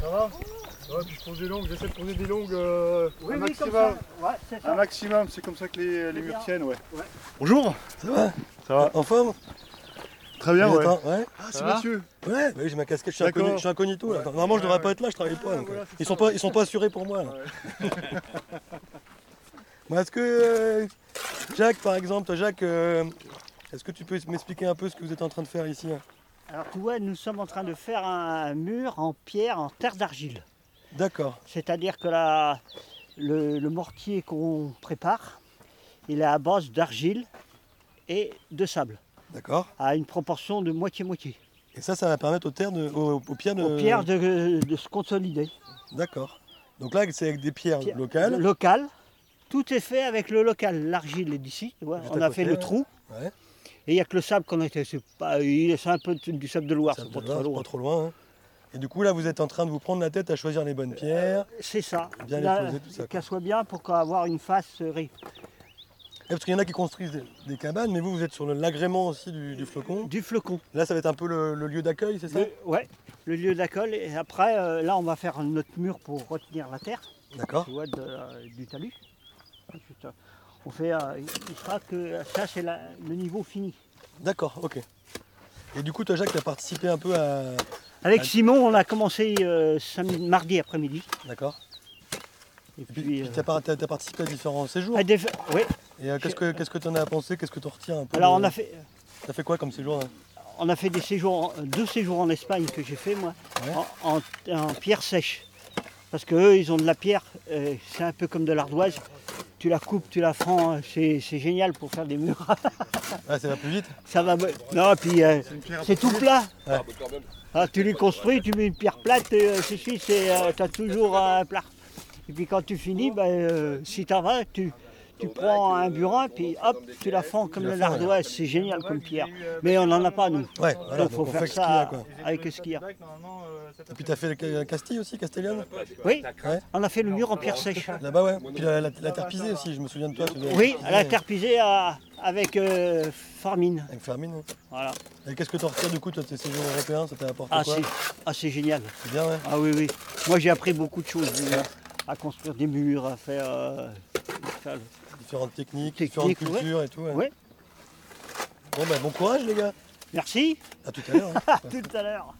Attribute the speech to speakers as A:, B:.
A: Ça va Ouais, puis je pose des longues, j'essaie de poser des longues euh,
B: Oui,
A: un
B: oui, comme
A: maximum.
B: ça. Ouais, c'est
A: Un
B: ça.
A: maximum, c'est comme ça que les, les murs
B: bien.
A: tiennent, ouais.
B: Ouais.
A: Bonjour
C: Ça va
A: Ça va
C: En forme
A: Très Ah. bien, ouais.
C: Attends, ouais.
A: Ah,
B: Ça
A: c'est
B: va
A: Mathieu
C: Ouais, bah oui, j'ai ma casquette, je suis,
A: D'accord.
C: inconnu, je suis incognito. Là. Attends, Normalement, je
A: Ouais,
C: devrais
A: ouais.
C: pas être là, je travaille
A: Ah,
C: pas. donc,
A: voilà,
C: euh,
A: c'est
C: ils,
A: ça,
C: sont pas ils sont pas assurés pour moi. là.
A: Ouais.
C: Bon, est-ce que, euh, Jacques, par exemple, toi, Jacques, euh, est-ce que tu peux m'expliquer un peu ce que vous êtes en train de faire ici hein
B: Alors tu vois, nous sommes en train de faire un mur en pierre, en terre d'argile.
C: D'accord.
B: C'est-à-dire que la- le, le mortier qu'on prépare, il est à base d'argile et de sable,
C: D'accord.
B: à une proportion de moitié-moitié,
C: Et ça, ça va permettre aux, terres de, aux, aux pierres de.
B: aux pierres de, de se consolider.
C: D'accord. Donc là, c'est avec des pierres
B: Pierre-
C: locales.
B: Local. Tout est fait avec le local. L'argile est d'ici, tu vois,
C: Juste
B: on
C: à
B: a
C: côté,
B: fait le
C: ouais.
B: trou.
C: Ouais.
B: Et il n'y a que le sable qu'on a été. C'est pas- il- c'est un peu du sable de Loire,
C: Ça
B: c'est
C: va,
B: pas
C: c'est
B: trop loin.
C: trop loin. hein. Et du coup, là, vous êtes en train de vous prendre la tête à choisir les bonnes pierres.
B: C'est ça.
C: Bien les
B: Là,
C: poser, tout ça, quoi.
B: Qu'elle soit bien pour qu'on- avoir une face euh, ri-
C: Eh, parce qu'il y en a qui construisent des, des cabanes, mais vous, vous êtes sur le- l'agrément aussi du, du flocon.
B: du flocon.
C: Là, ça va être un peu le, le lieu d'accueil, c'est ça
B: Le, ouais, le lieu d'accueil. Et après, euh, là, on va faire notre mur pour retenir la terre,
C: D'accord.
B: tu vois, de- euh, du talus. Ensuite, euh, on fait. euh, il sera que euh, ça, c'est la- le niveau fini.
C: D'accord, ok. Et du coup, toi, Jacques, tu as participé un peu à.
B: Avec
C: Ah.
B: Simon, on a commencé euh, samedi, mardi après-midi.
C: D'accord.
B: Et
C: Et
B: puis,
C: puis, puis
B: euh, Ah,
C: t'as par- t'as- t'as participé à différents séjours.
B: à des- ouais.
C: Et euh, qu'est-ce que qu'est-ce que t'en as pensé Qu'est-ce que t'en retiens un peu
B: Alors,
C: de-
B: on a fait.
C: T'as fait quoi comme séjour hein
B: On a fait des séjours, en- deux séjours en Espagne que j'ai fait moi,
C: Ouais.
B: en, en- en pierre sèche. Parce que eux, ils ont de la pierre, euh, c'est un peu comme de l'ardoise. Tu la coupes, tu la fends, euh, c'est c'est génial pour faire des murs.
C: Ah, ça va plus vite
B: Ça va. me- Non, puis euh,
A: C'est une pierre bah, à
B: c'est tout plat.
C: Ouais.
B: Ah, tu les construis, tu mets une pierre plate, et, euh, ceci, c'est, euh, t'as toujours un plat. Et puis quand tu finis, ben, euh, si t'en vas, tu, tu
A: bah,
B: prends un burin, puis hop, tu la fends comme
C: Tu la
B: de
C: fends, ouais. euh,
B: l'ardoise. C'est génial comme pierre. Mais on n'en a pas, nous.
C: Ouais, voilà,
B: Donc, faut
C: donc on
B: faire
C: fait ce qu'il y
B: ça
C: a quoi.
B: avec ce qu'il y a.
C: Et puis t'as euh, fait le ca- Castille aussi, Castellane
B: Oui,
C: Ouais.
B: on a fait le mur en pierre sèche.
C: Là-bas, ouais. Puis la, la, la terre pisée aussi, je me souviens de toi. tu devais-
B: Oui,
C: tu
B: à la
C: devais-
B: terre pisée à- avec euh, Farmine.
C: Avec Farmine. ouais.
B: Voilà.
C: Et qu'est-ce que t'en retiens du coup, toi, de tes séjours européens Ça t'a apporté
B: Ah,
C: quoi
B: c'est ah, c'est génial.
C: C'est bien, ouais.
B: Ah oui, oui. Moi, j'ai appris beaucoup de choses. euh, À construire des murs, à faire. euh, faire le-
C: Différentes techniques,
B: Technique,
C: différentes
B: ouais.
C: cultures et tout. ouais.
B: Ouais.
C: Bon, bah, bon courage, les gars.
B: Merci.
C: À tout à l'heure. hein.
B: À tout à l'heure.